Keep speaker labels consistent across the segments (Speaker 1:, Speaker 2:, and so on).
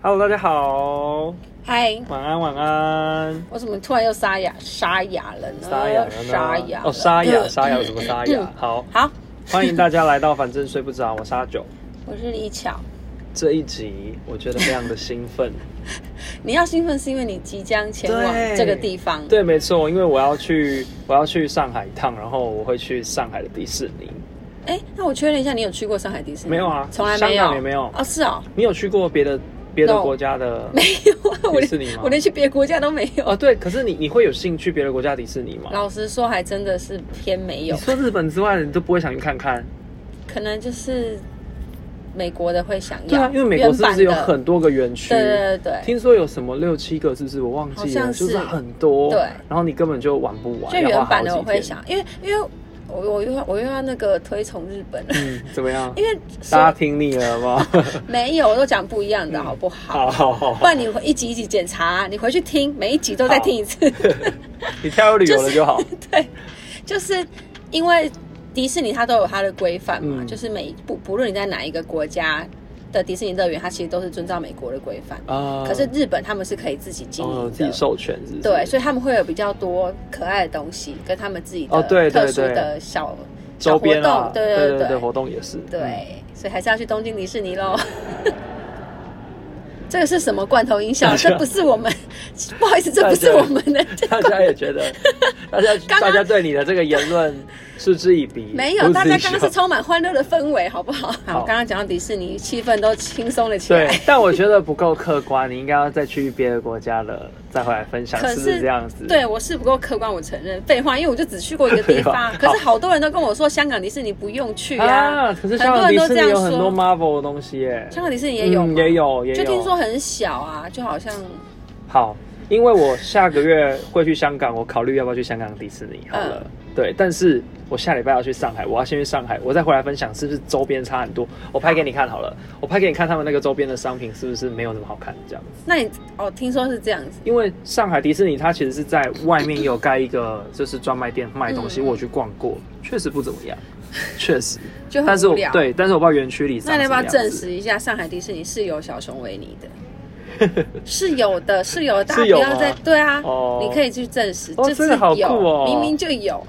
Speaker 1: Hello，大家好，
Speaker 2: 嗨，
Speaker 1: 晚安，晚安。
Speaker 2: 我怎么突然又沙哑沙哑了呢？
Speaker 1: 沙哑了呢？
Speaker 2: 呃沙哑了
Speaker 1: 哦，沙哑，沙哑，
Speaker 2: 嗯
Speaker 1: 什么沙哑？好，
Speaker 2: 好，
Speaker 1: 欢迎大家来到，反正睡不着，我沙九。
Speaker 2: 我是李巧。
Speaker 1: 这一集我觉得非常的兴 奋，
Speaker 2: 你要兴奋是因为你即将前往
Speaker 1: 对
Speaker 2: 这个地方，
Speaker 1: 对，没错，因为我要去，我要去上海一趟，然后我会去上海的迪士尼。
Speaker 2: 哎，那我确认一下，你有去过上海迪士尼？
Speaker 1: 没有啊
Speaker 2: 从来没
Speaker 1: 香
Speaker 2: 有，
Speaker 1: 港也没有
Speaker 2: 哦，是哦，
Speaker 1: 你有去过别的别的
Speaker 2: No
Speaker 1: 国家的？
Speaker 2: 没有啊，我
Speaker 1: 迪士尼
Speaker 2: 连
Speaker 1: 吗
Speaker 2: 我连去别的国家都没
Speaker 1: 哦，
Speaker 2: 有。
Speaker 1: 对，可是你你会有兴趣别的国家迪士尼吗？
Speaker 2: 老实说，还真的是偏没
Speaker 1: 你
Speaker 2: 有，
Speaker 1: 说日本之外，你都不会想去看看？
Speaker 2: 可能就是美国的会想要，
Speaker 1: 对啊，因为美国是不是有
Speaker 2: 原版的
Speaker 1: 很多个园区？
Speaker 2: 对对对对
Speaker 1: 听说有什么六七个，是不是？我忘
Speaker 2: 好
Speaker 1: 记了，
Speaker 2: 像
Speaker 1: 就是
Speaker 2: 是
Speaker 1: 很多。
Speaker 2: 对
Speaker 1: 然后你根本就玩不完。
Speaker 2: 最
Speaker 1: 要花
Speaker 2: 原
Speaker 1: 好
Speaker 2: 版的
Speaker 1: 几
Speaker 2: 我会
Speaker 1: 天。
Speaker 2: 想，因为因为我我又要我又要那个推崇日本，
Speaker 1: 嗯，怎么样
Speaker 2: 因？为
Speaker 1: 大家听腻了吗？
Speaker 2: 没有，我都讲不一样的，好不好？
Speaker 1: 嗯好好好
Speaker 2: 不
Speaker 1: 好，
Speaker 2: 然你一集一集检查，你回去听，每一集都再听一次。
Speaker 1: 你挑有旅游的就好。
Speaker 2: 对， 就是因为迪士尼它都有它的规范嘛，
Speaker 1: 嗯
Speaker 2: 就是每一不不论你在哪一个国家的迪士尼乐园，它其实都是遵照美国的规范。
Speaker 1: 啊
Speaker 2: 可是日本他们是可以自己经营的，
Speaker 1: 哦，自己授权是不是？
Speaker 2: 对，所以他们会有比较多可爱的东西，跟他们自己的
Speaker 1: 哦对对
Speaker 2: 特殊的
Speaker 1: 对
Speaker 2: 小
Speaker 1: 周边
Speaker 2: 小活
Speaker 1: 啊
Speaker 2: 动，
Speaker 1: 对
Speaker 2: 对对
Speaker 1: 对，
Speaker 2: 对
Speaker 1: 活动也是。嗯，
Speaker 2: 对，所以还是要去东京迪士尼喽。 这个是什么罐头音效？这不是我们， 不好意思，这不是我们的。
Speaker 1: 大家也觉得，大家
Speaker 2: 刚刚
Speaker 1: 大家对你的这个言论嗤之以鼻。
Speaker 2: 没
Speaker 1: 不
Speaker 2: 有，
Speaker 1: 是
Speaker 2: 大
Speaker 1: 自
Speaker 2: 家
Speaker 1: 己
Speaker 2: 刚刚
Speaker 1: 笑
Speaker 2: 是充满欢乐的氛围，好不
Speaker 1: 好
Speaker 2: 好？好，刚刚讲到迪士尼，气氛都轻松了起
Speaker 1: 对
Speaker 2: 来。，
Speaker 1: 但我觉得不够客观，你应该要再去别的国家的，再回来分享，
Speaker 2: 可
Speaker 1: 是不是这样子？
Speaker 2: 对，我是不够客观，我承认。废话，因为我就只去过一个 地方，
Speaker 1: 对吧
Speaker 2: 可是好多人都跟我说香港迪士尼不用去啊，
Speaker 1: 啊，可是香港迪士尼有很
Speaker 2: 很多
Speaker 1: 多
Speaker 2: 人都这
Speaker 1: Marvel 的东西耶，
Speaker 2: 香港迪士尼也有吗
Speaker 1: 嗯也有，也有。
Speaker 2: 就听说很小啊，就好像
Speaker 1: 好，因为我下个月会去香港，我考虑要不要去香港迪士尼好
Speaker 2: 嗯
Speaker 1: 了。对，但是我下礼拜要去上海，我要先去上海，我再回来分享是不是周边差很多。我拍给你看好了，我拍给你看他们那个周边的商品是不是没有那么好看这样子。
Speaker 2: 那你哦，听说是这样子，
Speaker 1: 因为上海迪士尼它其实是在外面有盖一个就是专卖店卖东西，
Speaker 2: 嗯
Speaker 1: 我有去逛过，确实不怎么样，确实。
Speaker 2: 就
Speaker 1: 但是
Speaker 2: 很无
Speaker 1: 我
Speaker 2: 聊。
Speaker 1: 对，但是我不知道园区里长
Speaker 2: 那你要不要
Speaker 1: 什么样
Speaker 2: 证
Speaker 1: 子
Speaker 2: 实一下，上海迪士尼是有小熊维尼的？ 是有的，是有的，大家
Speaker 1: 是
Speaker 2: 不
Speaker 1: 有
Speaker 2: 要再
Speaker 1: 吗
Speaker 2: 对啊，
Speaker 1: 哦
Speaker 2: 你可以去证实，
Speaker 1: 哦
Speaker 2: 就
Speaker 1: 真
Speaker 2: 是
Speaker 1: 的好
Speaker 2: 有，
Speaker 1: 酷哦
Speaker 2: 明明就有。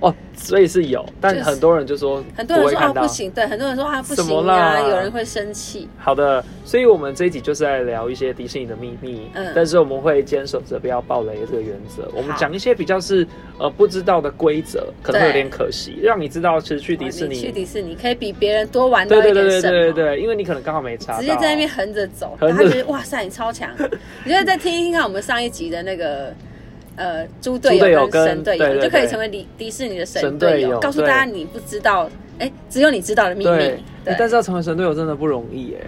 Speaker 1: 哦，所以是有，但
Speaker 2: 就是
Speaker 1: 很多人就说
Speaker 2: 很多人
Speaker 1: 不会
Speaker 2: 说
Speaker 1: 看
Speaker 2: 啊
Speaker 1: 到
Speaker 2: 不行，对，很多人说啊不
Speaker 1: 什么
Speaker 2: 行
Speaker 1: 啦
Speaker 2: 啊，有人会生气。
Speaker 1: 好的，所以我们这一集就是在聊一些迪士尼的秘密，
Speaker 2: 嗯
Speaker 1: 但是我们会坚守着不要暴雷这个原则。我们讲一些比较是呃不知道的规则，可能会有点可惜，让你知道其实去迪士
Speaker 2: 哦你
Speaker 1: 尼
Speaker 2: 去，迪士尼可以比别人多玩到
Speaker 1: 对对
Speaker 2: 一点
Speaker 1: 对对
Speaker 2: 什
Speaker 1: 对
Speaker 2: 么
Speaker 1: 对对，因为你可能刚好没查到，
Speaker 2: 直接在那边横着走，
Speaker 1: 横
Speaker 2: 大
Speaker 1: 着
Speaker 2: 家觉得哇塞，你超强！你就再听一听看我们上一集的那个呃猪队
Speaker 1: 猪队友
Speaker 2: 友跟神
Speaker 1: 跟
Speaker 2: 队
Speaker 1: 对
Speaker 2: 友，
Speaker 1: 对
Speaker 2: 你就可以
Speaker 1: 对
Speaker 2: 成为迪迪士尼的
Speaker 1: 神
Speaker 2: 神
Speaker 1: 队
Speaker 2: 队
Speaker 1: 友
Speaker 2: 友，告诉
Speaker 1: 对
Speaker 2: 大家你不知道，哎，只有你知道的秘
Speaker 1: 对
Speaker 2: 密。。
Speaker 1: 欸
Speaker 2: 对，
Speaker 1: 但是要成为神队友真的不容易 耶，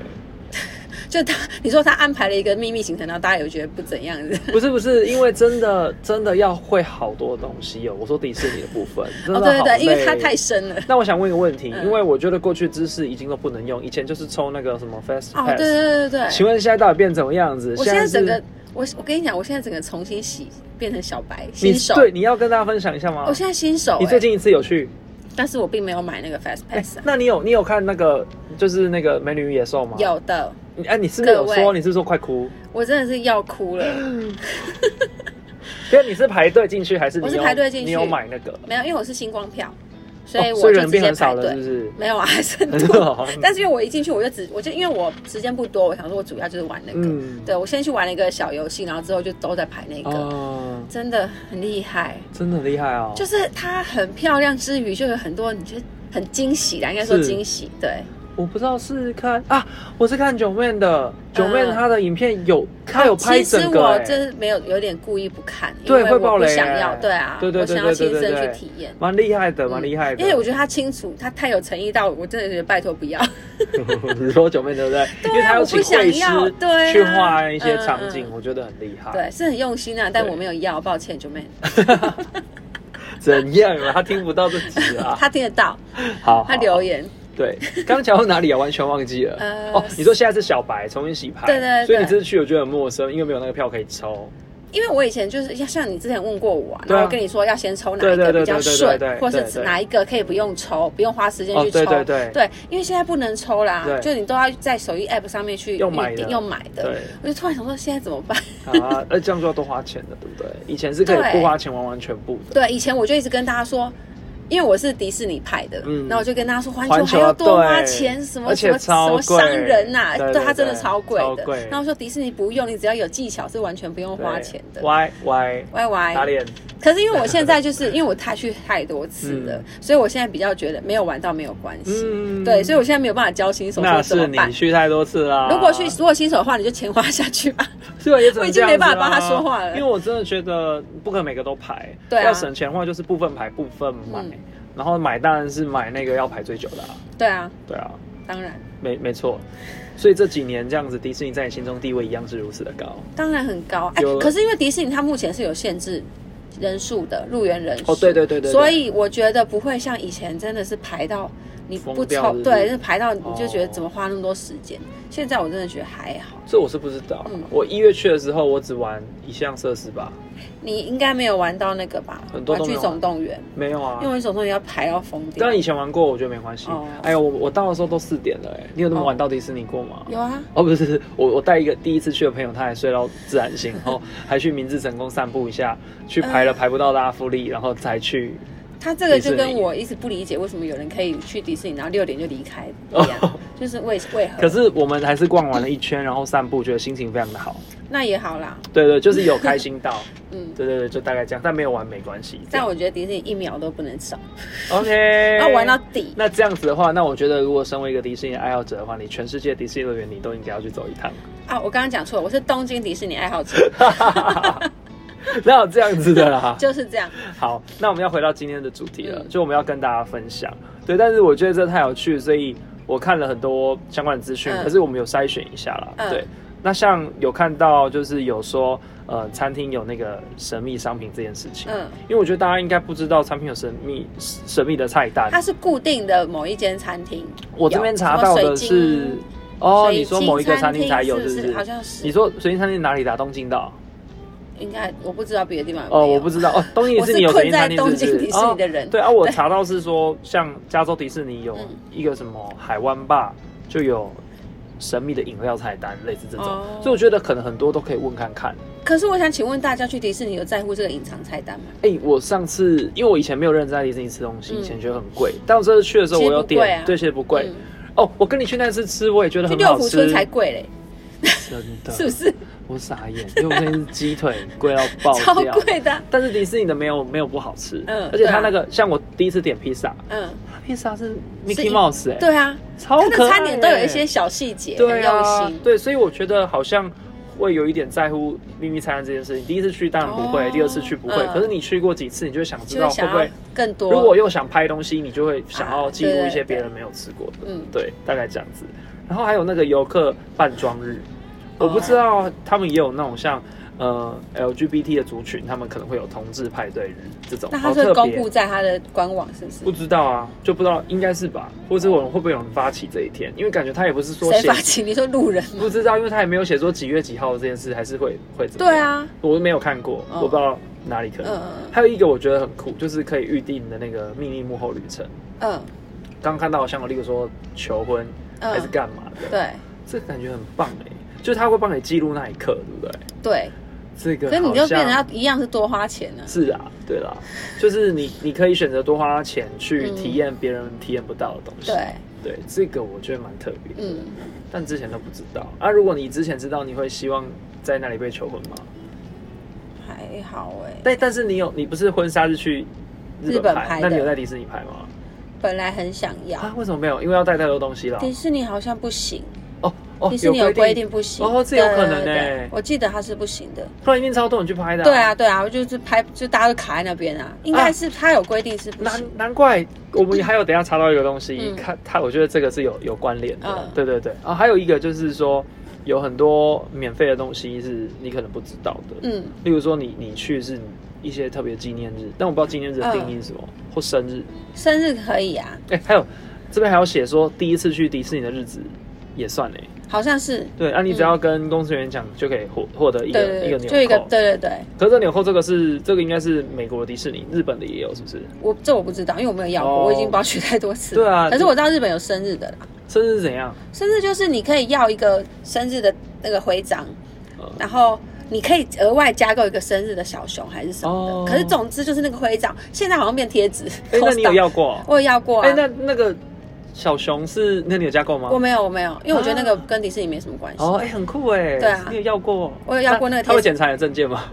Speaker 2: 就他，你说他安排了一个秘密行程，然后大家有觉得不怎样子。
Speaker 1: 不是不是，因为真的真的要会好多东西哦。我说迪士尼的部分，真的
Speaker 2: 哦，
Speaker 1: 好
Speaker 2: 对对对，因为
Speaker 1: 累
Speaker 2: 他太深了。
Speaker 1: 那我想问一个问题，
Speaker 2: 嗯
Speaker 1: 因为我觉得过去知识已经都不能用，以前就是抽那个什么 fast
Speaker 2: 哦
Speaker 1: pass，，
Speaker 2: 对对对对
Speaker 1: 请
Speaker 2: 对。
Speaker 1: 问现在到底变怎么样子？
Speaker 2: 我现在
Speaker 1: 是
Speaker 2: 整个，我我跟你讲，我现在整个重新洗，变成小白
Speaker 1: 你
Speaker 2: 新手。
Speaker 1: 对你要跟大家分享一下吗
Speaker 2: 我？现在新手、
Speaker 1: 你
Speaker 2: 哎
Speaker 1: 最近一次有去？
Speaker 2: 但是我并没有买那个 Fast
Speaker 1: 哎
Speaker 2: Pass 啊、
Speaker 1: 那你有你有看那个就是那个美女与野兽吗？。
Speaker 2: 有的，
Speaker 1: 哎，你是不是有
Speaker 2: 各
Speaker 1: 说
Speaker 2: 位
Speaker 1: 你是不是说快哭？
Speaker 2: 我真的是要哭 了。
Speaker 1: 因为你是排队进去还是你有？
Speaker 2: 我是排队进去
Speaker 1: 你有买那个？
Speaker 2: 没有，因为我是星光票，所以
Speaker 1: 哦
Speaker 2: 我就
Speaker 1: 人
Speaker 2: 直
Speaker 1: 变
Speaker 2: 接
Speaker 1: 很少
Speaker 2: 排
Speaker 1: 了，
Speaker 2: 队。
Speaker 1: 是不是？
Speaker 2: 没有啊，还是很
Speaker 1: 真的 哦
Speaker 2: 多。但是因为我一进去，我就只我就因为我时间不多，我想说我主要就是玩那个。
Speaker 1: 嗯
Speaker 2: 对，我先去玩了一个小游戏，然后之后就都在排那个，
Speaker 1: 哦，
Speaker 2: 真的很厉害。
Speaker 1: 真的很厉害哦！
Speaker 2: 就是它很漂亮之余，就有很多你觉得很惊喜啦，应该说
Speaker 1: 是
Speaker 2: 惊喜，对，
Speaker 1: 我不知道是看啊，我是看九妹的，九妹
Speaker 2: 嗯哦
Speaker 1: 她的影片有，她有拍
Speaker 2: 其实
Speaker 1: 整个、
Speaker 2: 我
Speaker 1: 哎
Speaker 2: 真是没有有点故意不看，因
Speaker 1: 对
Speaker 2: 为
Speaker 1: 会
Speaker 2: 我
Speaker 1: 爆
Speaker 2: 不
Speaker 1: 雷
Speaker 2: 想
Speaker 1: 哎
Speaker 2: 要，对啊，
Speaker 1: 对对
Speaker 2: 我
Speaker 1: 对
Speaker 2: 想要
Speaker 1: 对
Speaker 2: 亲
Speaker 1: 对对
Speaker 2: 身
Speaker 1: 对
Speaker 2: 去体验。
Speaker 1: 蛮厉害的，蛮厉害的。
Speaker 2: 嗯因为我觉得他清楚，他太有诚意到我真的觉得拜托不要。
Speaker 1: 你说九妹对不对？因为他要请
Speaker 2: 啊我
Speaker 1: 绘
Speaker 2: 不
Speaker 1: 师
Speaker 2: 想要对啊
Speaker 1: 去画一些场景
Speaker 2: 嗯，嗯
Speaker 1: 我觉得很厉害。
Speaker 2: 对，是很用心啊，但
Speaker 1: 对
Speaker 2: 我没有要，抱歉，九妹，
Speaker 1: 怎样啊？他听不到这集啊？
Speaker 2: 他听得到，
Speaker 1: 好，
Speaker 2: 他
Speaker 1: 好
Speaker 2: 留。言，
Speaker 1: 对，刚刚讲到哪里啊？完全忘记了。
Speaker 2: 呃
Speaker 1: 哦，你说现在是小白重新洗牌，
Speaker 2: 对对对
Speaker 1: 所以你这次去我觉得很陌生，因为没有那个票可以抽。
Speaker 2: 因为我以前就是像你之前问过我、啊，
Speaker 1: 对啊
Speaker 2: 然后我跟你说要先抽哪一
Speaker 1: 对对
Speaker 2: 个
Speaker 1: 对
Speaker 2: 比较
Speaker 1: 对对
Speaker 2: 顺
Speaker 1: 对对，
Speaker 2: 或
Speaker 1: 对
Speaker 2: 是
Speaker 1: 对
Speaker 2: 哪一个可以不用抽，不用花时间
Speaker 1: 哦
Speaker 2: 去抽。
Speaker 1: 对对对
Speaker 2: 因为现在不能抽啦
Speaker 1: 对，
Speaker 2: 就你都要在手机 App 上面去
Speaker 1: 用买
Speaker 2: 预
Speaker 1: 的
Speaker 2: 定用买的。
Speaker 1: 对
Speaker 2: 我就突然想说，现在怎么办？
Speaker 1: 啊，那这样就要多花钱了，对不对？以前是可以
Speaker 2: 对
Speaker 1: 不花钱玩完全部的，
Speaker 2: 对，以前我就一直跟大家说，因为我是迪士尼派的，
Speaker 1: 嗯
Speaker 2: 那我就跟大家说，环
Speaker 1: 环
Speaker 2: 球
Speaker 1: 球啊
Speaker 2: 还要多花
Speaker 1: 对
Speaker 2: 钱，什么
Speaker 1: 而
Speaker 2: 什
Speaker 1: 且
Speaker 2: 么什么
Speaker 1: 超贵
Speaker 2: 商人呐、
Speaker 1: 对对
Speaker 2: 它真的
Speaker 1: 对
Speaker 2: 超贵
Speaker 1: 超
Speaker 2: 的
Speaker 1: 贵。
Speaker 2: 然后说迪士尼不用，你只要有技巧是完全不用
Speaker 1: 对
Speaker 2: 花钱的。
Speaker 1: 歪歪
Speaker 2: 歪歪，
Speaker 1: 打脸，
Speaker 2: 可是因为我现在就是因为我太去太多次了，
Speaker 1: 嗯
Speaker 2: 所以我现在比较觉得没有玩到没有关系。
Speaker 1: 嗯
Speaker 2: 对，所以我现在没有办法教新手
Speaker 1: 那
Speaker 2: 说怎
Speaker 1: 是
Speaker 2: 么
Speaker 1: 你啊
Speaker 2: 办。
Speaker 1: 去太多次啦。
Speaker 2: 如果去如果新手的话，你就钱花下去吧。
Speaker 1: 是我也只能
Speaker 2: 我已经
Speaker 1: 这样
Speaker 2: 没办
Speaker 1: 子
Speaker 2: 法帮他
Speaker 1: 啦
Speaker 2: 说话了
Speaker 1: 因为我真的觉得不可能每个都排，
Speaker 2: 对啊
Speaker 1: 要省钱的话就是部分排部分买，
Speaker 2: 嗯
Speaker 1: 然后买当然是买那个要排最久的、啊，
Speaker 2: 对啊，
Speaker 1: 对啊，
Speaker 2: 当然
Speaker 1: 没没错，所以这几年这样子，迪士尼在你心中地位一样是如此的高
Speaker 2: 当然很高。哎、
Speaker 1: 有了
Speaker 2: 可是因为迪士尼它目前是有限制人数的入园人数。
Speaker 1: 哦，对对对对，对
Speaker 2: 所以我觉得不会像以前真的是排到你不
Speaker 1: 疯掉
Speaker 2: 抽，
Speaker 1: 是不是
Speaker 2: 对，是排到你就觉得
Speaker 1: 哦
Speaker 2: 怎么花那么多时间。现在我真的觉得还好，
Speaker 1: 这我是不知道，
Speaker 2: 嗯
Speaker 1: 我一月去的时候我只玩一项设施吧，
Speaker 2: 你应该没有玩到那个吧？
Speaker 1: 很多都没
Speaker 2: 玩具
Speaker 1: 有
Speaker 2: 总动员，
Speaker 1: 没有啊
Speaker 2: 因为。玩具总动员要排到疯掉
Speaker 1: 但。以前玩过，我觉得没关系。
Speaker 2: 哦
Speaker 1: 哎呦，我我到的时候都四点了、哎，你有那么
Speaker 2: 哦
Speaker 1: 晚到迪士尼过吗？
Speaker 2: 有啊，
Speaker 1: 哦，不是，是我我带一个第一次去的朋友，他还睡到自然醒，然 后还去明治神宫散步一下，去排
Speaker 2: 嗯
Speaker 1: 了排不到拉夫利，然后才去。
Speaker 2: 他这个就
Speaker 1: 迪士
Speaker 2: 跟
Speaker 1: 尼
Speaker 2: 我一直不理解，为什么有人可以去迪士尼，然后六点就离开
Speaker 1: 哦
Speaker 2: 一样，就是为为何？
Speaker 1: 可是我们还是逛完了一圈，然后散步，觉得心情非常的好。
Speaker 2: 那也好啦，
Speaker 1: 对对，就是有开心到，
Speaker 2: 嗯。
Speaker 1: 对对对，就大概这样，但没有玩没关系。
Speaker 2: 但我觉得迪士尼一秒都不能少，啊
Speaker 1: 这样 OK，
Speaker 2: 哦要玩到 底。
Speaker 1: 那这样子的话，那我觉得如果身为一个迪士尼爱好者的话，你全世界迪士尼乐园你都应该要去走一趟。
Speaker 2: 啊！我刚刚讲错了，我是东京迪士尼爱好者，
Speaker 1: 哪有这样子的啦？
Speaker 2: 就是这样。
Speaker 1: 好，那我们要回到今天的主题了，
Speaker 2: 嗯
Speaker 1: 就我们要跟大家分享。对，但是我觉得这太有趣，所以我看了很多相关的资讯，
Speaker 2: 嗯
Speaker 1: 可是我们有筛选一下啦。
Speaker 2: 嗯
Speaker 1: 对，那像有看到就是有说，呃，餐厅有那个神秘商品这件事情，
Speaker 2: 嗯，
Speaker 1: 因为我觉得大家应该不知道餐厅有神秘神秘的菜单。
Speaker 2: 它是固定的某一间餐厅。
Speaker 1: 我这边查
Speaker 2: 有
Speaker 1: 到
Speaker 2: 什
Speaker 1: 的
Speaker 2: 么水
Speaker 1: 是
Speaker 2: 晶，
Speaker 1: 哦，
Speaker 2: 水
Speaker 1: 你说某一个
Speaker 2: 晶餐
Speaker 1: 餐厅才有，
Speaker 2: 是
Speaker 1: 是不是？
Speaker 2: 好像是。
Speaker 1: 你说水晶餐厅哪里的啊、东京的哦？
Speaker 2: 应该我不知道别的地方有没有
Speaker 1: 哦，我不知道哦，东京迪
Speaker 2: 我
Speaker 1: 士
Speaker 2: 是
Speaker 1: 尼有水
Speaker 2: 困
Speaker 1: 晶
Speaker 2: 在
Speaker 1: 餐厅是
Speaker 2: 东
Speaker 1: 不
Speaker 2: 京
Speaker 1: 是？
Speaker 2: 迪士尼
Speaker 1: 哦
Speaker 2: 的人。
Speaker 1: 对啊，我查到是说，像加州迪士尼有
Speaker 2: 嗯
Speaker 1: 一个什么海湾吧，就有神秘的饮料菜单，类似这种，
Speaker 2: 哦
Speaker 1: 所以我觉得可能很多都可以问看看。
Speaker 2: 可是我想请问大家，去迪士尼有在乎这个隐藏菜单吗？
Speaker 1: 哎、我上次因为我以前没有认真在迪士尼吃东西，
Speaker 2: 嗯
Speaker 1: 以前觉得很贵，但我这次去的时候
Speaker 2: 其
Speaker 1: 我
Speaker 2: 实
Speaker 1: 有
Speaker 2: 不贵
Speaker 1: 点，
Speaker 2: 啊
Speaker 1: 对，其实不贵。
Speaker 2: 嗯
Speaker 1: 哦，我跟你去那次吃，我也觉得
Speaker 2: 去
Speaker 1: 很
Speaker 2: 六
Speaker 1: 好嗯
Speaker 2: 福
Speaker 1: 吃，
Speaker 2: 村才贵嘞，
Speaker 1: 真的，
Speaker 2: 是不是？
Speaker 1: 我傻眼，因为我那是鸡腿贵到爆
Speaker 2: 超
Speaker 1: 掉，
Speaker 2: 贵的。
Speaker 1: 但是迪士尼的没有没有不好吃，
Speaker 2: 嗯
Speaker 1: 而且它
Speaker 2: 对
Speaker 1: 那
Speaker 2: 啊
Speaker 1: 个、像我第一次点披萨，
Speaker 2: 嗯，
Speaker 1: 它披萨是
Speaker 2: 是
Speaker 1: Mickey
Speaker 2: 一
Speaker 1: Mouse 哎、
Speaker 2: 对啊，
Speaker 1: 超
Speaker 2: 它
Speaker 1: 可
Speaker 2: 的
Speaker 1: 爱、欸，
Speaker 2: 餐点都有一些小细节，很
Speaker 1: 对
Speaker 2: 用
Speaker 1: 啊
Speaker 2: 心，。
Speaker 1: 对，所以我觉得好像会有一点在乎秘密餐单这件事情。第一次去当然不会，
Speaker 2: 哦
Speaker 1: 第二次去不会，
Speaker 2: 嗯
Speaker 1: 可是你去过几次，你就会想知
Speaker 2: 就
Speaker 1: 道
Speaker 2: 是
Speaker 1: 会
Speaker 2: 想
Speaker 1: 不会
Speaker 2: 要。更多。
Speaker 1: 如果又想拍东西，你就会想要记录一些
Speaker 2: 啊对对对
Speaker 1: 别人没有吃过的，
Speaker 2: 嗯
Speaker 1: 对，大概这样子。然后还有那个游客扮装日，我不知
Speaker 2: 哦
Speaker 1: 道他们也有那种像呃 LGBT 的族群，他们可能会有同志派对日这种，
Speaker 2: 那
Speaker 1: 好
Speaker 2: 它是
Speaker 1: 特
Speaker 2: 会公
Speaker 1: 别哦
Speaker 2: 布。在它的官网，是不是
Speaker 1: 不？知道啊，就不知道应该是吧，或者我们会不会有人发起这一天？因为感觉他也不是说
Speaker 2: 谁
Speaker 1: 写
Speaker 2: 发起？你说路人吗？
Speaker 1: 不知道，因为他也没有写说几月几号这件事，还是会会怎么样
Speaker 2: 对，啊，
Speaker 1: 我没有看过，
Speaker 2: 哦
Speaker 1: 我不知道哪里可能。
Speaker 2: 嗯
Speaker 1: 还有一个我觉得很酷，就是可以预定的那个秘密幕后旅程。
Speaker 2: 嗯
Speaker 1: 刚看到像我，例如说求婚还是
Speaker 2: 嗯，
Speaker 1: 干嘛的，
Speaker 2: 对
Speaker 1: 这感觉很棒哎，就是他会帮你记录那一刻，对不对？
Speaker 2: 对。
Speaker 1: 这个
Speaker 2: 可是你
Speaker 1: 好
Speaker 2: 就
Speaker 1: 像
Speaker 2: 变成要一样是多花钱了。
Speaker 1: 是啊，对啦，就是你你可以选择多花钱去
Speaker 2: 嗯
Speaker 1: 体验别人体验不到的东西。
Speaker 2: 对，
Speaker 1: 对，这个我觉得蛮特别的，
Speaker 2: 嗯，
Speaker 1: 但之前都不知道。啊，如果你之前知道，你会希望在那里被求婚吗？
Speaker 2: 还好哎。
Speaker 1: 但但是你有，你不是婚纱是去日
Speaker 2: 日
Speaker 1: 本
Speaker 2: 本
Speaker 1: 拍，
Speaker 2: 拍
Speaker 1: 那
Speaker 2: 的
Speaker 1: 你有在迪士尼拍吗？
Speaker 2: 本来很想要，
Speaker 1: 啊，为什么没有？因为要带太多东西了。
Speaker 2: 迪士尼好像不行，
Speaker 1: 哦哦，
Speaker 2: 迪士尼有规
Speaker 1: 规
Speaker 2: 定。不行。
Speaker 1: 哦这有可能
Speaker 2: 对对对
Speaker 1: 欸
Speaker 2: 我记得它是不行的。
Speaker 1: 不然一定超多人去拍的、
Speaker 2: 对啊，，对啊，我就是拍，就大家都卡在那边啊。应该是它有规定是不
Speaker 1: 难
Speaker 2: 行。
Speaker 1: 难怪我们还有等一下查到一个东西，
Speaker 2: 嗯
Speaker 1: 看它，我觉得这个是有有关联的。
Speaker 2: 嗯
Speaker 1: 对对对啊，还有一个就是说，有很多免费的东西是你可能不知道的，
Speaker 2: 嗯，
Speaker 1: 例如说你你去是一些特别纪念日，但我不知道纪念日的定义是什么，
Speaker 2: 嗯
Speaker 1: 或生日。
Speaker 2: 生日可以啊。
Speaker 1: 哎、还有这边还有写说第一次去迪士尼的日子也算哎、
Speaker 2: 好像是，
Speaker 1: 对，啊，你只要跟公司人员讲，就可以获获得一
Speaker 2: 对
Speaker 1: 个一
Speaker 2: 嗯对
Speaker 1: 个
Speaker 2: 对，就一
Speaker 1: 纽
Speaker 2: 个
Speaker 1: 扣。
Speaker 2: 对对对，
Speaker 1: 可是这纽扣这个是这个应该是美国的迪士尼，日本的也有是不是？
Speaker 2: 我这我不知道，因为我没有要过，
Speaker 1: 哦
Speaker 2: 我已经不知道去太多次。
Speaker 1: 对啊
Speaker 2: 可是我知道日本有生日的啦，
Speaker 1: 甚至是怎样？
Speaker 2: 生日就是你可以要一个生日的那个徽章，
Speaker 1: 呃
Speaker 2: 然后你可以额外加购一个生日的小熊还是什么的。
Speaker 1: 哦
Speaker 2: 可是总之就是那个徽章，现在好像变贴纸。
Speaker 1: 哎、那你 有
Speaker 2: Costa
Speaker 1: 要过、哦？
Speaker 2: 我有要过啊。
Speaker 1: 哎、那那个小熊是，那你有加购吗
Speaker 2: 我？没有，我没有，因为我觉得那个跟迪士尼没什么关系。
Speaker 1: 哦，哎、很酷哎。
Speaker 2: 对啊
Speaker 1: 你有要过？
Speaker 2: 我有要过那个
Speaker 1: 他会
Speaker 2: 贴纸
Speaker 1: 检查你的证件吗？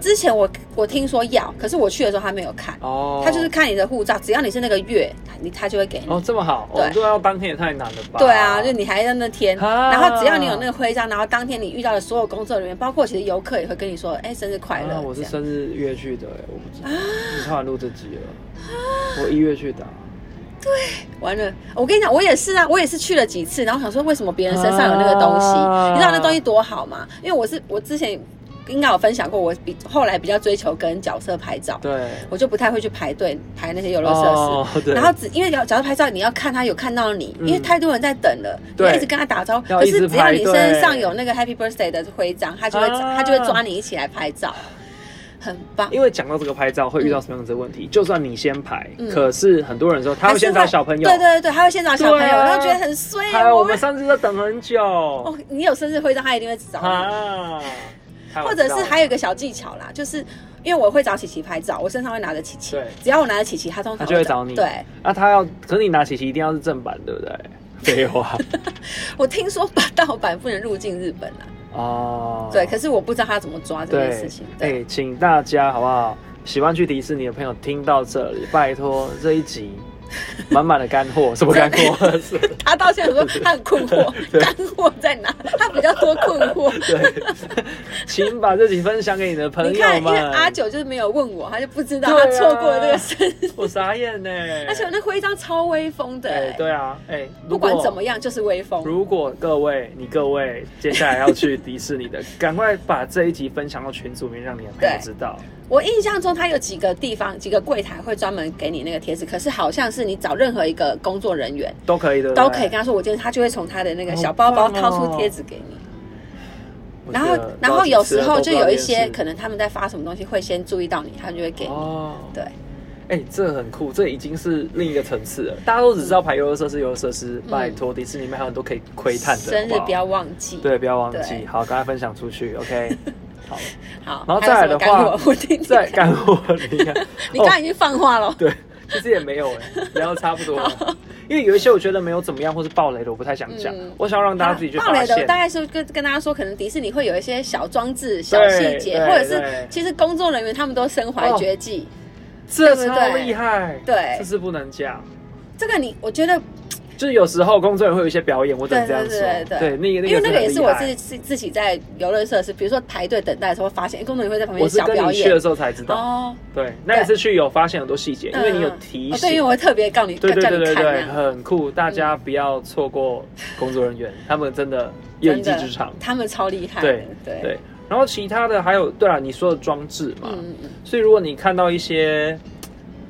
Speaker 2: 之前我我听说要，可是我去的时候他没有看，
Speaker 1: 哦，
Speaker 2: 他就是看你的护照，只要你是那个月，你他就会给你。
Speaker 1: 哦这么好，我
Speaker 2: 对
Speaker 1: 们做到当天也太难了吧？
Speaker 2: 对啊，就你还在那天，
Speaker 1: 啊
Speaker 2: 然后只要你有那个徽章，然后当天你遇到的所有工作人员，包括其实游客也会跟你说，哎，生日快乐。
Speaker 1: 啊，我是
Speaker 2: 这样
Speaker 1: 生日月去的哎，我不 知道，你太晚录这集了。我一月去的啊，
Speaker 2: 完了，我跟你讲，我也是啊，我也是去了几次，然后想说为什么别人身上有那个东西？
Speaker 1: 啊
Speaker 2: 你知道那东西多好吗？因为我是我之前应该有分享过，我比后来比较追求跟角色拍照，
Speaker 1: 对，
Speaker 2: 我就不太会去排队排那些游乐设施。
Speaker 1: 哦对
Speaker 2: 然后只因为角角色拍照，你要看他有看到你，
Speaker 1: 嗯
Speaker 2: 因为太多人在等了，你
Speaker 1: 对
Speaker 2: 要一直跟他打招呼。
Speaker 1: 要
Speaker 2: 可
Speaker 1: 一直
Speaker 2: 是只要你
Speaker 1: 排队
Speaker 2: 身上有那个 Happy Birthday 的徽章，他就会、
Speaker 1: 啊
Speaker 2: 他就会抓你一起来拍照，很棒。
Speaker 1: 因为讲到这个拍照会遇到什么样子的问题？就算你先排，
Speaker 2: 嗯
Speaker 1: 可是很多人说他会先找小朋友，
Speaker 2: 对对对，他会先找小朋友，
Speaker 1: 对啊
Speaker 2: 然后觉得很衰啊。
Speaker 1: 还有我
Speaker 2: 没
Speaker 1: 们上次都等很久
Speaker 2: 哦，你有生日徽章，他一定会找你。
Speaker 1: 啊，太晚
Speaker 2: 或者
Speaker 1: 知道
Speaker 2: 是
Speaker 1: 了
Speaker 2: 还有一个小技巧啦，就是因为我会找琪琪拍照，我身上会拿着琪琪
Speaker 1: 对，
Speaker 2: 只要我拿着琪琪，他通
Speaker 1: 他
Speaker 2: 常
Speaker 1: 就会找你，
Speaker 2: 对，
Speaker 1: 啊，他要，可是你拿琪琪一定要是正版，对 不对？废话
Speaker 2: 我听说把盗版不能入境日本啦，
Speaker 1: 哦，
Speaker 2: 对，可是我不知道他怎么抓这件事情。
Speaker 1: 哎、
Speaker 2: 对，
Speaker 1: 请大家好不好？喜欢去迪士尼的朋友听到这里，拜托这一 集满满的干货，什么干货？是
Speaker 2: 他到现在说他很困惑， 干货在哪？他比较多困惑。
Speaker 1: 对，请把这集分享给你 的朋
Speaker 2: 你看，
Speaker 1: 友
Speaker 2: 因为
Speaker 1: 们。
Speaker 2: 阿九就是没有问我，他就不知道
Speaker 1: 对啊
Speaker 2: 他错过了这个生日，
Speaker 1: 我傻眼呢、
Speaker 2: 而且我那徽章超威风的、
Speaker 1: 啊哎、对啊，哎、如
Speaker 2: 不
Speaker 1: 果
Speaker 2: 管怎么样就是威风。
Speaker 1: 哎如果各位，你各位接下来要去迪士尼的，赶快把这一集分享到群组里面，让你的朋友
Speaker 2: 对
Speaker 1: 知道。
Speaker 2: 我印象中，它有几个地方、几个柜台会专门给你那个贴纸，可是好像是你找任何一个工作人员
Speaker 1: 都可以的，
Speaker 2: 都可以跟他说，我今天他就会从他的那个小包包掏出贴纸给你。
Speaker 1: 哦我觉
Speaker 2: 然
Speaker 1: 得
Speaker 2: 后
Speaker 1: 不知道，
Speaker 2: 然后有时候
Speaker 1: 几次
Speaker 2: 就
Speaker 1: 了都不知道
Speaker 2: 有
Speaker 1: 这
Speaker 2: 一
Speaker 1: 件
Speaker 2: 些
Speaker 1: 事
Speaker 2: 可能他们在发什么东西会先注意到你，他们就会给你。
Speaker 1: 哦，
Speaker 2: 对，
Speaker 1: 哎、这很酷，这已经是另一个层次了。大家都只知
Speaker 2: 嗯
Speaker 1: 道排游乐设施，游乐设施，拜托，迪士尼里面还有很多可以窥探的。
Speaker 2: 生日
Speaker 1: 好不
Speaker 2: 不
Speaker 1: 好
Speaker 2: 要忘记。
Speaker 1: 对，不要忘记，
Speaker 2: 对
Speaker 1: 好，赶快分享出去，OK 好。
Speaker 2: 好，
Speaker 1: 然后
Speaker 2: 还有
Speaker 1: 再来
Speaker 2: 什
Speaker 1: 的
Speaker 2: 么干货
Speaker 1: 话
Speaker 2: 我听听
Speaker 1: 再
Speaker 2: 看。
Speaker 1: 干货，你看，
Speaker 2: 你刚
Speaker 1: 哦
Speaker 2: 才已经放话了，
Speaker 1: 对，其实也没有哎、聊的差不多了。因为有一些我觉得没有怎么样，或是暴雷的，我不太想讲。
Speaker 2: 嗯
Speaker 1: 我想要让大家自己去
Speaker 2: 好
Speaker 1: 发
Speaker 2: 啦暴雷的
Speaker 1: 现
Speaker 2: 大。概是跟跟大家说，可能迪士尼会有一些小装置、小细
Speaker 1: 对
Speaker 2: 节，
Speaker 1: 对
Speaker 2: 或者是
Speaker 1: 对
Speaker 2: 其实工作人员他们都身怀
Speaker 1: 哦
Speaker 2: 绝技。
Speaker 1: 这
Speaker 2: 对不
Speaker 1: 超
Speaker 2: 对
Speaker 1: 厉害，
Speaker 2: 对
Speaker 1: 这是不能讲。
Speaker 2: 这个你，我觉得
Speaker 1: 就是有时候工作人员会有一些表演，我只能这样说。
Speaker 2: 对对对对
Speaker 1: 那个那个，
Speaker 2: 因为那个也是我自
Speaker 1: 己。
Speaker 2: 己自自己在游乐设施，比如说排队等待的时候，发现哎工作人员会在旁
Speaker 1: 我
Speaker 2: 边
Speaker 1: 是
Speaker 2: 小
Speaker 1: 跟
Speaker 2: 表
Speaker 1: 你去的
Speaker 2: 演。
Speaker 1: 时候才知道，
Speaker 2: 哦，
Speaker 1: 对，那一次去有发现很多细节，因为你有
Speaker 2: 嗯
Speaker 1: 提
Speaker 2: 哦对，因为
Speaker 1: 醒。
Speaker 2: 我会特别告你，
Speaker 1: 对对
Speaker 2: 叫
Speaker 1: 对
Speaker 2: 你
Speaker 1: 对
Speaker 2: 看那
Speaker 1: 对，
Speaker 2: 样。
Speaker 1: 很酷，大家不要错过工作人员，
Speaker 2: 嗯
Speaker 1: 他们真的有一技之长。
Speaker 2: 他们超厉害的。
Speaker 1: 对
Speaker 2: 对
Speaker 1: 对，然后其他的还有，对啊，你说的装置嘛，
Speaker 2: 嗯嗯
Speaker 1: 所以如果你看到一些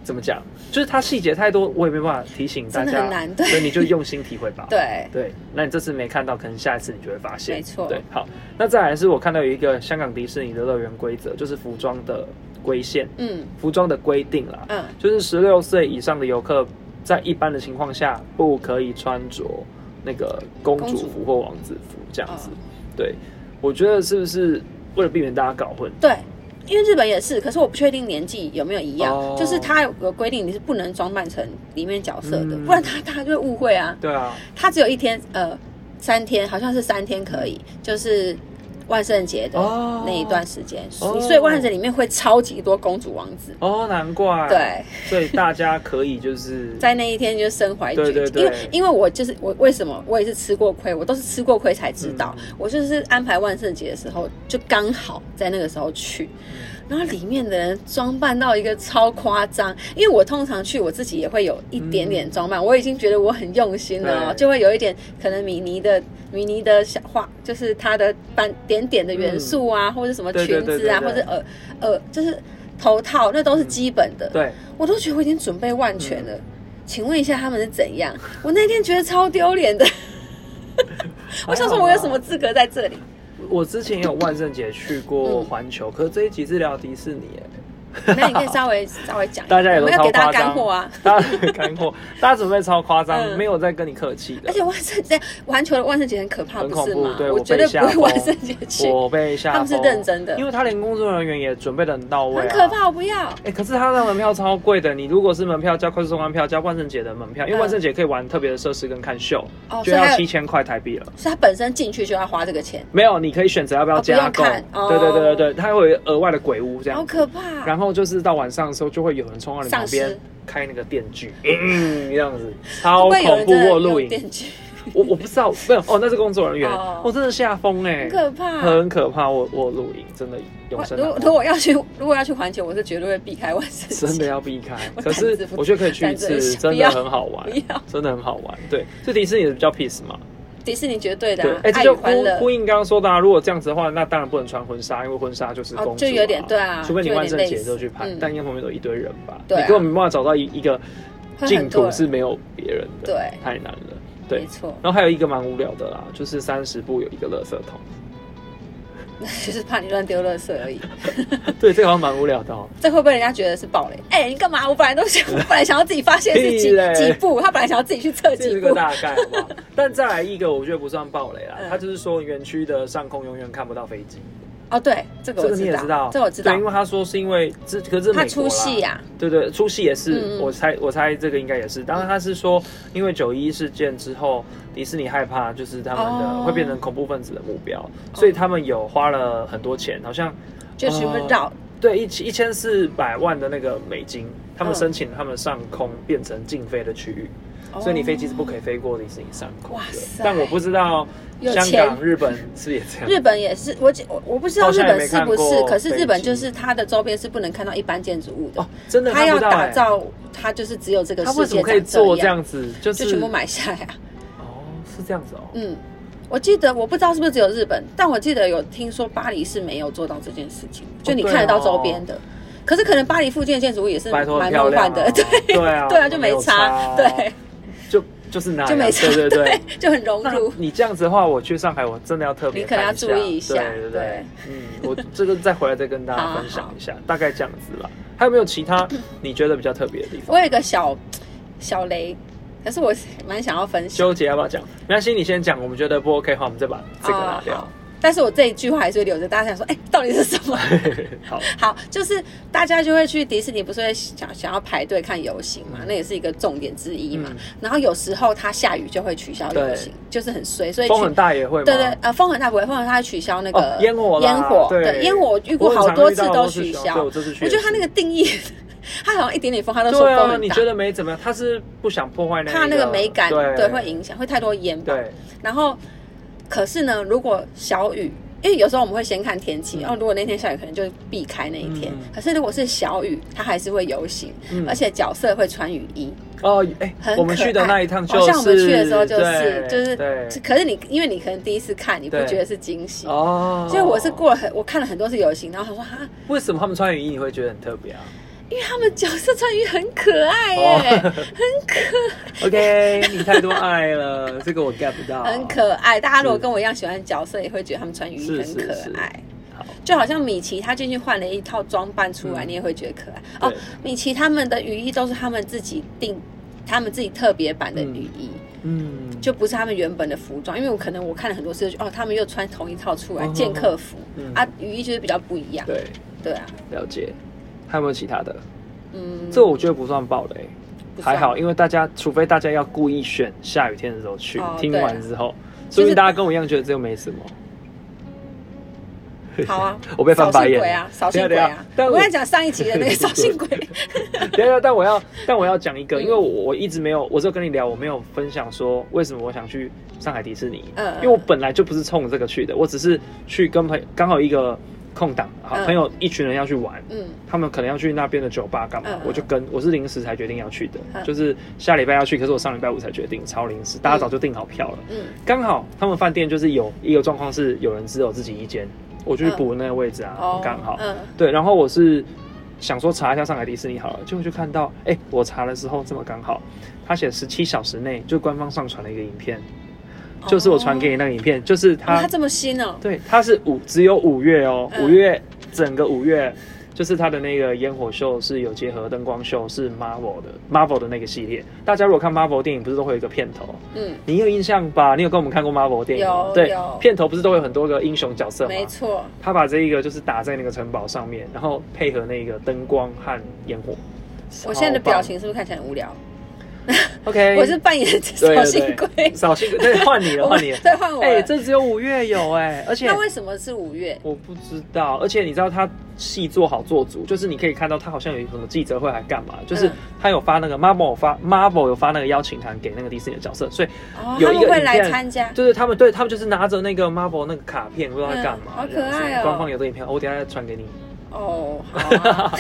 Speaker 1: 怎么讲，就是它细节太多，我也没办法提醒大
Speaker 2: 真的
Speaker 1: 家
Speaker 2: 很，难对
Speaker 1: 所以你就用心体会吧。
Speaker 2: 对，
Speaker 1: 对，那你这次没看到，可能下一次你就会发现。
Speaker 2: 没错
Speaker 1: 对，好，那再来是我看到有一个香港迪士尼的乐园规则，就是服装的规限，
Speaker 2: 嗯
Speaker 1: 服装的规定啦，
Speaker 2: 嗯，
Speaker 1: 就是十六岁以上的游客在一般的情况下不可以穿着那个公
Speaker 2: 公
Speaker 1: 主
Speaker 2: 主
Speaker 1: 服或王子服这样子
Speaker 2: 哦。
Speaker 1: 对，我觉得是不是为了避免大家搞混？
Speaker 2: 对。因为日本也是，可是我不确定年纪有没有一样，
Speaker 1: 哦
Speaker 2: 就是他有有规定你是不能装扮成里面角色的，
Speaker 1: 嗯
Speaker 2: 不然他大家就会误会啊。
Speaker 1: 对啊，
Speaker 2: 他只有一天，呃，三天，好像是三天可以，就是万圣节的
Speaker 1: 哦
Speaker 2: 那一段时间，
Speaker 1: 哦
Speaker 2: 所以万圣节里面会超级多公主王子，
Speaker 1: 哦，难怪。
Speaker 2: 对，
Speaker 1: 所以大家可以就是
Speaker 2: 在那一天就身怀绝技。
Speaker 1: 对对对
Speaker 2: 因为因为我就是我为什么我也是吃过亏，我都是吃过亏才知道，
Speaker 1: 嗯
Speaker 2: 我就是安排万圣节的时候就刚好在那个时候去。
Speaker 1: 嗯
Speaker 2: 然后里面的人装扮到一个超夸张，因为我通常去我自己也会有一点点装扮，我已经觉得我很用心
Speaker 1: 嗯
Speaker 2: 了哦，
Speaker 1: 对
Speaker 2: 就会有一点可能米妮的米妮的小画，就是它的斑点点的元素啊，或者什
Speaker 1: 嗯
Speaker 2: 么
Speaker 1: 对对
Speaker 2: 裙
Speaker 1: 对
Speaker 2: 子啊，
Speaker 1: 对对
Speaker 2: 或者耳耳就是头套，那都是基本的。
Speaker 1: 对，
Speaker 2: 我都觉得我已经准备万
Speaker 1: 嗯
Speaker 2: 全了。请问一下他们是怎样？我那天觉得超丢脸的，我想说，我有什么资格在这 里？
Speaker 1: 我之前也有万圣节去
Speaker 2: 嗯
Speaker 1: 过环球，可是这一集是聊迪士尼耶，
Speaker 2: 那你可以稍微 稍微讲一下，
Speaker 1: 大家也都
Speaker 2: 我们要
Speaker 1: 超
Speaker 2: 给大
Speaker 1: 夸
Speaker 2: 家
Speaker 1: 张
Speaker 2: 干货啊。
Speaker 1: 大家干货，大家准备超夸张，
Speaker 2: 嗯
Speaker 1: 没有在跟你客气的
Speaker 2: 而。且万圣节，环球的万圣节很可怕，
Speaker 1: 很
Speaker 2: 不是
Speaker 1: 恐怖
Speaker 2: 吗？
Speaker 1: 对
Speaker 2: 我
Speaker 1: 我
Speaker 2: 绝
Speaker 1: 被
Speaker 2: 对
Speaker 1: 吓
Speaker 2: 不会
Speaker 1: 疯
Speaker 2: 万圣节去，
Speaker 1: 我被吓
Speaker 2: 他们是
Speaker 1: 疯
Speaker 2: 认真的
Speaker 1: 因为他连工作人员也准备的很到位、
Speaker 2: 很
Speaker 1: 啊，
Speaker 2: 可怕，我不要。
Speaker 1: 哎、可是他的门票超贵的，你如果是门票加快速通关票加万圣节的门票，因为
Speaker 2: 嗯
Speaker 1: 万圣节可以玩特别的设施跟看秀，
Speaker 2: 哦
Speaker 1: 就
Speaker 2: 所以还
Speaker 1: 要
Speaker 2: 有
Speaker 1: 七千块台币了。
Speaker 2: 所以他本身进去就要花这个钱，
Speaker 1: 没有，你可以选择要不要
Speaker 2: 哦不用
Speaker 1: 加购。
Speaker 2: 看哦
Speaker 1: 对对对对对，它会有额外的鬼屋这
Speaker 2: 好
Speaker 1: 样。
Speaker 2: 可怕。
Speaker 1: 然后就是到晚上的时候，就会有人冲到你旁
Speaker 2: 丧
Speaker 1: 边
Speaker 2: 尸
Speaker 1: 开那个电锯，嗯，这样子超
Speaker 2: 会有
Speaker 1: 恐
Speaker 2: 人
Speaker 1: 怖
Speaker 2: 真的
Speaker 1: 或
Speaker 2: 用
Speaker 1: 录影，
Speaker 2: 电锯，
Speaker 1: 我我不知道，没有哦，那是工作人员，
Speaker 2: 哦
Speaker 1: 我真的吓疯哎
Speaker 2: 很，可怕。
Speaker 1: 很可怕，我我录影真的永
Speaker 2: 我
Speaker 1: 生
Speaker 2: 如
Speaker 1: 难
Speaker 2: 果
Speaker 1: 忘
Speaker 2: 如果要去，如果要去环球，我是绝对会避开万圣节。
Speaker 1: 啊真的要避开。
Speaker 2: 我
Speaker 1: 可
Speaker 2: 胆
Speaker 1: 是
Speaker 2: 子不
Speaker 1: 我觉得可以去一
Speaker 2: 胆
Speaker 1: 次，
Speaker 2: 子
Speaker 1: 真
Speaker 2: 不
Speaker 1: 的
Speaker 2: 要
Speaker 1: 很好玩
Speaker 2: 不，要，
Speaker 1: 真的很好玩。对，这迪士尼的比较 peace 嘛。
Speaker 2: 迪士尼绝对的
Speaker 1: 对，
Speaker 2: 啊
Speaker 1: 哎，这
Speaker 2: 爱与
Speaker 1: 就呼
Speaker 2: 欢乐
Speaker 1: 呼。应刚刚说的，啊，如果这样子的话，那当然不能穿婚纱，因为婚纱就是公主
Speaker 2: 哦
Speaker 1: 嘛，
Speaker 2: 就有点对啊
Speaker 1: 除非你
Speaker 2: 就有
Speaker 1: 万
Speaker 2: 点
Speaker 1: 圣
Speaker 2: 类
Speaker 1: 节
Speaker 2: 似
Speaker 1: 就去拍
Speaker 2: 嗯，
Speaker 1: 但应该旁边都一堆人吧，你
Speaker 2: 对啊
Speaker 1: 根本没办法找到一一个
Speaker 2: 会很
Speaker 1: 净
Speaker 2: 多
Speaker 1: 土
Speaker 2: 人
Speaker 1: 是没有别人的，
Speaker 2: 对
Speaker 1: 太难了，对
Speaker 2: 没。错，
Speaker 1: 然后还有一个蛮无聊的啦，就是三十步有一个垃圾桶，
Speaker 2: 就是怕你乱丢垃圾而已。
Speaker 1: 对，这个好像蛮无聊的哦。
Speaker 2: 这会不会人家觉得是暴雷？哎、你干嘛？我本来都想，我本来想要自己发现是
Speaker 1: 屁
Speaker 2: 几
Speaker 1: 嘞
Speaker 2: 几步，他本来想要自己去测
Speaker 1: 这
Speaker 2: 几
Speaker 1: 是个
Speaker 2: 步。
Speaker 1: 大概，好不 好？但再来一个，我觉得不算暴雷啦。
Speaker 2: 嗯
Speaker 1: 他就是说，园区的上空永远看不到飞机，
Speaker 2: 哦，对，这个
Speaker 1: 这
Speaker 2: 我
Speaker 1: 个你
Speaker 2: 知
Speaker 1: 也
Speaker 2: 道，
Speaker 1: 知道，
Speaker 2: 这我知道
Speaker 1: 对，因。为他说是因为这，可是
Speaker 2: 他
Speaker 1: 美国
Speaker 2: 出
Speaker 1: 啦
Speaker 2: 戏、呀、
Speaker 1: 对对，出戏也是，
Speaker 2: 嗯嗯
Speaker 1: 我猜我猜这个应该也是。当然他是说，因为九一事件之后，迪士尼害怕就是他们的、
Speaker 2: 哦
Speaker 1: 会变成恐怖分子的目标，所以他们有花了很多钱，好像
Speaker 2: 就全
Speaker 1: 哦
Speaker 2: 部绕，
Speaker 1: 对一一千四百万的那个美金，他们
Speaker 2: 嗯
Speaker 1: 申请他们上空变成禁飞的区域。所以你飞机是不可以飞过迪士尼上空
Speaker 2: 哦哇
Speaker 1: 的。
Speaker 2: 塞
Speaker 1: 但我不知道
Speaker 2: 有
Speaker 1: 香
Speaker 2: 钱
Speaker 1: 港、日本是也这样。
Speaker 2: 日本也是，我记我我不知道
Speaker 1: 好
Speaker 2: 日
Speaker 1: 像也
Speaker 2: 本
Speaker 1: 没
Speaker 2: 是不
Speaker 1: 看
Speaker 2: 是，
Speaker 1: 过
Speaker 2: 可是日本就
Speaker 1: 飞
Speaker 2: 是它的周边是不能看到一般建筑物的，
Speaker 1: 哦，真的
Speaker 2: 它
Speaker 1: 看
Speaker 2: 要
Speaker 1: 不到、
Speaker 2: 打
Speaker 1: 欸。
Speaker 2: 造，它就是只有这个
Speaker 1: 他为
Speaker 2: 世
Speaker 1: 什么
Speaker 2: 界
Speaker 1: 可以
Speaker 2: 长
Speaker 1: 做这
Speaker 2: 样，
Speaker 1: 样子？就是
Speaker 2: 就全部买下来啊。
Speaker 1: 哦，是这样子哦。
Speaker 2: 嗯，我记得我不知道是不是只有日本，但我记得有听说巴黎是没有做到这件事情，就你
Speaker 1: 对哦哦
Speaker 2: 看得到周边的。可是可能巴黎附近的建筑物也是
Speaker 1: 拜
Speaker 2: 蛮
Speaker 1: 托，很
Speaker 2: 梦
Speaker 1: 漂亮、
Speaker 2: 幻
Speaker 1: 啊。
Speaker 2: 的，对
Speaker 1: 对啊，
Speaker 2: 对啊，就
Speaker 1: 没
Speaker 2: 没
Speaker 1: 有
Speaker 2: 差，
Speaker 1: 啊
Speaker 2: 对，，
Speaker 1: 就就是那样
Speaker 2: 就没差，
Speaker 1: 对对对。
Speaker 2: 就很融
Speaker 1: 那
Speaker 2: 入。
Speaker 1: 你这样子的话，我去上海，我真的要特别
Speaker 2: 你可能
Speaker 1: 看
Speaker 2: 要注意
Speaker 1: 一
Speaker 2: 一
Speaker 1: 下，
Speaker 2: 下
Speaker 1: 对对对
Speaker 2: 对，
Speaker 1: 嗯，我这个再回来再跟大
Speaker 2: 好
Speaker 1: 家
Speaker 2: 好
Speaker 1: 分享一下，大概这样子啦。还有没有其他你觉得比较特别的地方？
Speaker 2: 我有一个小小雷，可是我蛮想要分享
Speaker 1: 纠结要不要讲？没关系，你先讲。我们觉得不 OK 的话，我们再把这个啊拿
Speaker 2: 哦
Speaker 1: 掉
Speaker 2: 好。但是我这一句话还是会留着，大家想说，哎、到底是什么？
Speaker 1: 好，
Speaker 2: 好，就是大家就会去迪士尼，不是会想想要排队看游行嘛？那也是一个重点之一嘛。
Speaker 1: 嗯
Speaker 2: 然后有时候它下雨就会取消游行
Speaker 1: 对，
Speaker 2: 就是很衰，所以去
Speaker 1: 风很大也会吗？
Speaker 2: 对对，呃，风很大不会，风很大会取消那个
Speaker 1: 哦烟火啦
Speaker 2: 烟火
Speaker 1: 对
Speaker 2: 对烟火，我遇
Speaker 1: 我
Speaker 2: 过
Speaker 1: 很常
Speaker 2: 好多次
Speaker 1: 遇到
Speaker 2: 都
Speaker 1: 是
Speaker 2: 取
Speaker 1: 对
Speaker 2: 消。
Speaker 1: 我这次去，
Speaker 2: 我觉得他那个定义， 他好像一点点风他都说
Speaker 1: 对
Speaker 2: 风
Speaker 1: 啊，
Speaker 2: 很
Speaker 1: 你
Speaker 2: 大
Speaker 1: 觉，得没怎么样？他是不想破坏那
Speaker 2: 怕那个美感
Speaker 1: 对
Speaker 2: 对会影响，会太多烟吧。
Speaker 1: 对
Speaker 2: 然后，可是呢，如果小雨，因为有时候我们会先看天气，
Speaker 1: 嗯
Speaker 2: 然后如果那天下雨，可能就避开那一天。
Speaker 1: 嗯
Speaker 2: 可是如果是小雨，它还是会游行，
Speaker 1: 嗯
Speaker 2: 而且角色会穿雨衣，
Speaker 1: 哦，哎
Speaker 2: 很可爱，
Speaker 1: 我们去的那一趟就是，
Speaker 2: 好像我们去的时候就是
Speaker 1: 对
Speaker 2: 就是
Speaker 1: 对
Speaker 2: 可是你因为你可能第一次看，你不
Speaker 1: 对
Speaker 2: 觉得是惊喜。
Speaker 1: 哦，
Speaker 2: 所以我是过了很，我看了很多次游行，然后他说哈，
Speaker 1: 为什么他们穿雨衣你会觉得很特别啊
Speaker 2: 因为他们角色穿雨衣很可爱耶，
Speaker 1: 哦？OK，你太多爱了，这个我 get 不到，
Speaker 2: 很可爱。大家如果
Speaker 1: 是
Speaker 2: 跟我一样喜欢角色，也会觉得他们穿雨衣
Speaker 1: 是
Speaker 2: 很
Speaker 1: 是
Speaker 2: 可
Speaker 1: 是
Speaker 2: 爱。
Speaker 1: 好
Speaker 2: 就好像米奇他进去换了一套装扮出来，
Speaker 1: 嗯
Speaker 2: 你也会觉得可爱
Speaker 1: 对
Speaker 2: 哦。米奇他们的雨衣都是他们自己定，他们自己特别版的雨衣，
Speaker 1: 嗯，
Speaker 2: 就不是他们原本的服装。因为我可能我看了很多次，就哦，他们又穿同一套出来，
Speaker 1: 嗯
Speaker 2: 剑客服、
Speaker 1: 嗯
Speaker 2: 啊，雨衣就是比较不一样。
Speaker 1: 对，
Speaker 2: 对啊，
Speaker 1: 了解。还有没有其他的？
Speaker 2: 嗯，
Speaker 1: 这我觉得不算暴雷，
Speaker 2: 不算
Speaker 1: 还好，因为大家除非大家要故意选下雨天的时候去，
Speaker 2: 哦
Speaker 1: 听
Speaker 2: 对啊
Speaker 1: 完之后，
Speaker 2: 就
Speaker 1: 说
Speaker 2: 是
Speaker 1: 明大家跟我一样觉得这又没什么。
Speaker 2: 好啊
Speaker 1: ，我被翻白眼
Speaker 2: 扫兴鬼啊，扫兴鬼
Speaker 1: 等一下
Speaker 2: 啊！
Speaker 1: 等一下
Speaker 2: 我跟你讲上一集 的那个扫兴鬼，
Speaker 1: 对啊，但我要但我要讲一个，
Speaker 2: 嗯
Speaker 1: 因为我我一直没有，我只有跟你聊，我没有分享说为什么我想去上海迪士尼，
Speaker 2: 嗯
Speaker 1: 因为我本来就不是冲这个去的，我只是去跟朋刚好一个空档，好、
Speaker 2: 嗯
Speaker 1: 朋友一群人要去玩。
Speaker 2: 嗯，
Speaker 1: 他们可能要去那边的酒吧干嘛
Speaker 2: 嗯嗯
Speaker 1: 我就跟我是临时才决定要去的
Speaker 2: 嗯
Speaker 1: 就是下礼拜要去，可是我上礼拜五才决定，超临时，大家早就订好票了。
Speaker 2: 嗯，
Speaker 1: 刚好他们饭店就是有一个状况是有人只有自己一间，我就去补那个位置啊，
Speaker 2: 嗯哦，
Speaker 1: 刚、好。
Speaker 2: 嗯，
Speaker 1: 对，然后我是想说查一下上海迪士尼好了，结果就看到，哎，我查的时候这么刚好，他写十七小时内就官方上传了一个影片，就是我传给你那个影片，就是它
Speaker 2: 哇，它这么新哦，
Speaker 1: 对，它是五只有五月哦，
Speaker 2: 嗯
Speaker 1: 五月整个五月。就是它的那个烟火秀是有结合灯光秀，是 Marvel 的 Marvel 的那个系列。大家如果看 Marvel 电影，不是都会有一个片头？
Speaker 2: 嗯，
Speaker 1: 你有印象吧？你有跟我们看过 Marvel 电影吗
Speaker 2: 有？
Speaker 1: 对
Speaker 2: 有，
Speaker 1: 片头不是都有很多个英雄角色吗？
Speaker 2: 没错，
Speaker 1: 他把这一个就是打在那个城堡上面，然后配合那个灯光和烟火。
Speaker 2: 我现在的表
Speaker 1: 超
Speaker 2: 情是不是看起来很无聊？
Speaker 1: 棒，OK，
Speaker 2: 我是扮演
Speaker 1: 对
Speaker 2: 小新龟，
Speaker 1: 扫兴鬼，对， 换你了，
Speaker 2: 我
Speaker 1: 换你了。
Speaker 2: 对，换我
Speaker 1: 哎、
Speaker 2: 了。
Speaker 1: 这只有五月有哎、而且
Speaker 2: 那为什么是五月？
Speaker 1: 我不知道，而且你知道他戏做好做足，就是你可以看到他好像有什么记者会还干嘛，就是
Speaker 2: 嗯
Speaker 1: 他有发那个 Marvel 有发 Marvel 有发那个邀请函给那个迪士尼的角色，所以
Speaker 2: 哦，
Speaker 1: 有
Speaker 2: 他
Speaker 1: 一
Speaker 2: 们
Speaker 1: 个
Speaker 2: 会
Speaker 1: 影
Speaker 2: 来
Speaker 1: 片
Speaker 2: 参加。
Speaker 1: 就是他们对他们就是拿着那个 Marvel 那个卡片，不知道在干嘛、
Speaker 2: 嗯好可
Speaker 1: 这样子
Speaker 2: 爱哦
Speaker 1: 官方有的影片，我等一下再传给你。
Speaker 2: 哦，好啊，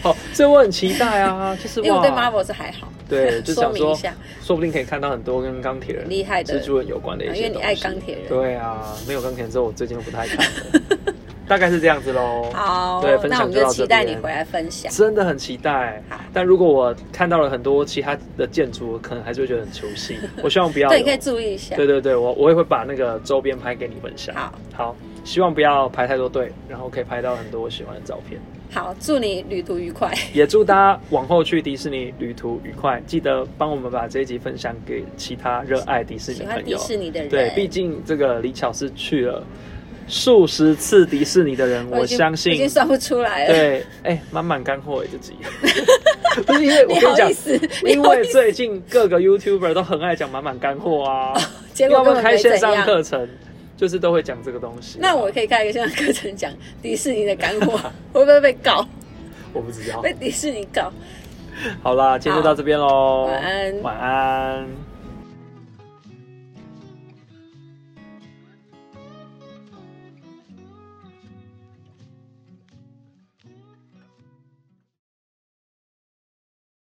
Speaker 1: 好，所以我很期待啊， 就是
Speaker 2: 因哎为我
Speaker 1: 哇，
Speaker 2: 对 Marvel 是还好，
Speaker 1: 对，就
Speaker 2: 说
Speaker 1: 想
Speaker 2: 明一
Speaker 1: 说，
Speaker 2: 下，
Speaker 1: 说不定可以看到很多跟钢铁人、
Speaker 2: 厉害的
Speaker 1: 蜘蛛人有关的一
Speaker 2: 啊
Speaker 1: 些
Speaker 2: 因为你
Speaker 1: 东
Speaker 2: 爱
Speaker 1: 西
Speaker 2: 钢铁人
Speaker 1: 对啊，没有钢铁人之后，我最近都不太看了， 大概是这样子喽。
Speaker 2: 好
Speaker 1: 对，，分
Speaker 2: 那我
Speaker 1: 享
Speaker 2: 们
Speaker 1: 就
Speaker 2: 就
Speaker 1: 到
Speaker 2: 期
Speaker 1: 这
Speaker 2: 待你
Speaker 1: 边。
Speaker 2: 回来分享。
Speaker 1: 真的很期待
Speaker 2: 好，
Speaker 1: 但如果我看到了很多其他的建筑，我可能还是会觉得很球戏。我希望不要
Speaker 2: 对，
Speaker 1: 有
Speaker 2: 你可以注意一下。
Speaker 1: 对对对，我我也会把那个周边拍给你分享。
Speaker 2: 好，
Speaker 1: 好，希望不要排太多队，然后可以拍到很多我喜欢的照片。
Speaker 2: 好，祝你旅途愉快。
Speaker 1: 也祝大家往后去迪士尼旅途愉快，记得帮我们把这一集分享给其他热爱迪士尼
Speaker 2: 喜
Speaker 1: 的
Speaker 2: 欢
Speaker 1: 朋
Speaker 2: 迪
Speaker 1: 友。
Speaker 2: 士尼的人，
Speaker 1: 对，毕竟这个李巧是去了数十次迪士尼的人，我
Speaker 2: 已经
Speaker 1: 相
Speaker 2: 已
Speaker 1: 信
Speaker 2: 经。算不出来了。
Speaker 1: 对，哎、满满干货哎，这集。 不是因为我
Speaker 2: 你
Speaker 1: 跟你
Speaker 2: 好
Speaker 1: 讲
Speaker 2: 意，思， 你
Speaker 1: 因
Speaker 2: 好
Speaker 1: 为最近各个 YouTuber 都很爱讲满满干货啊，
Speaker 2: 结
Speaker 1: 要
Speaker 2: 果
Speaker 1: 不要
Speaker 2: 根本
Speaker 1: 开
Speaker 2: 没
Speaker 1: 线
Speaker 2: 怎
Speaker 1: 上
Speaker 2: 样。
Speaker 1: 课程，就是都会讲这个东西。啊
Speaker 2: 那我可以开一个线上课程讲迪士尼的干货，会不会被告？
Speaker 1: 我不知道
Speaker 2: 被。迪士尼告？
Speaker 1: 好啦，今天就到这边喽。
Speaker 2: 晚安
Speaker 1: 晚安。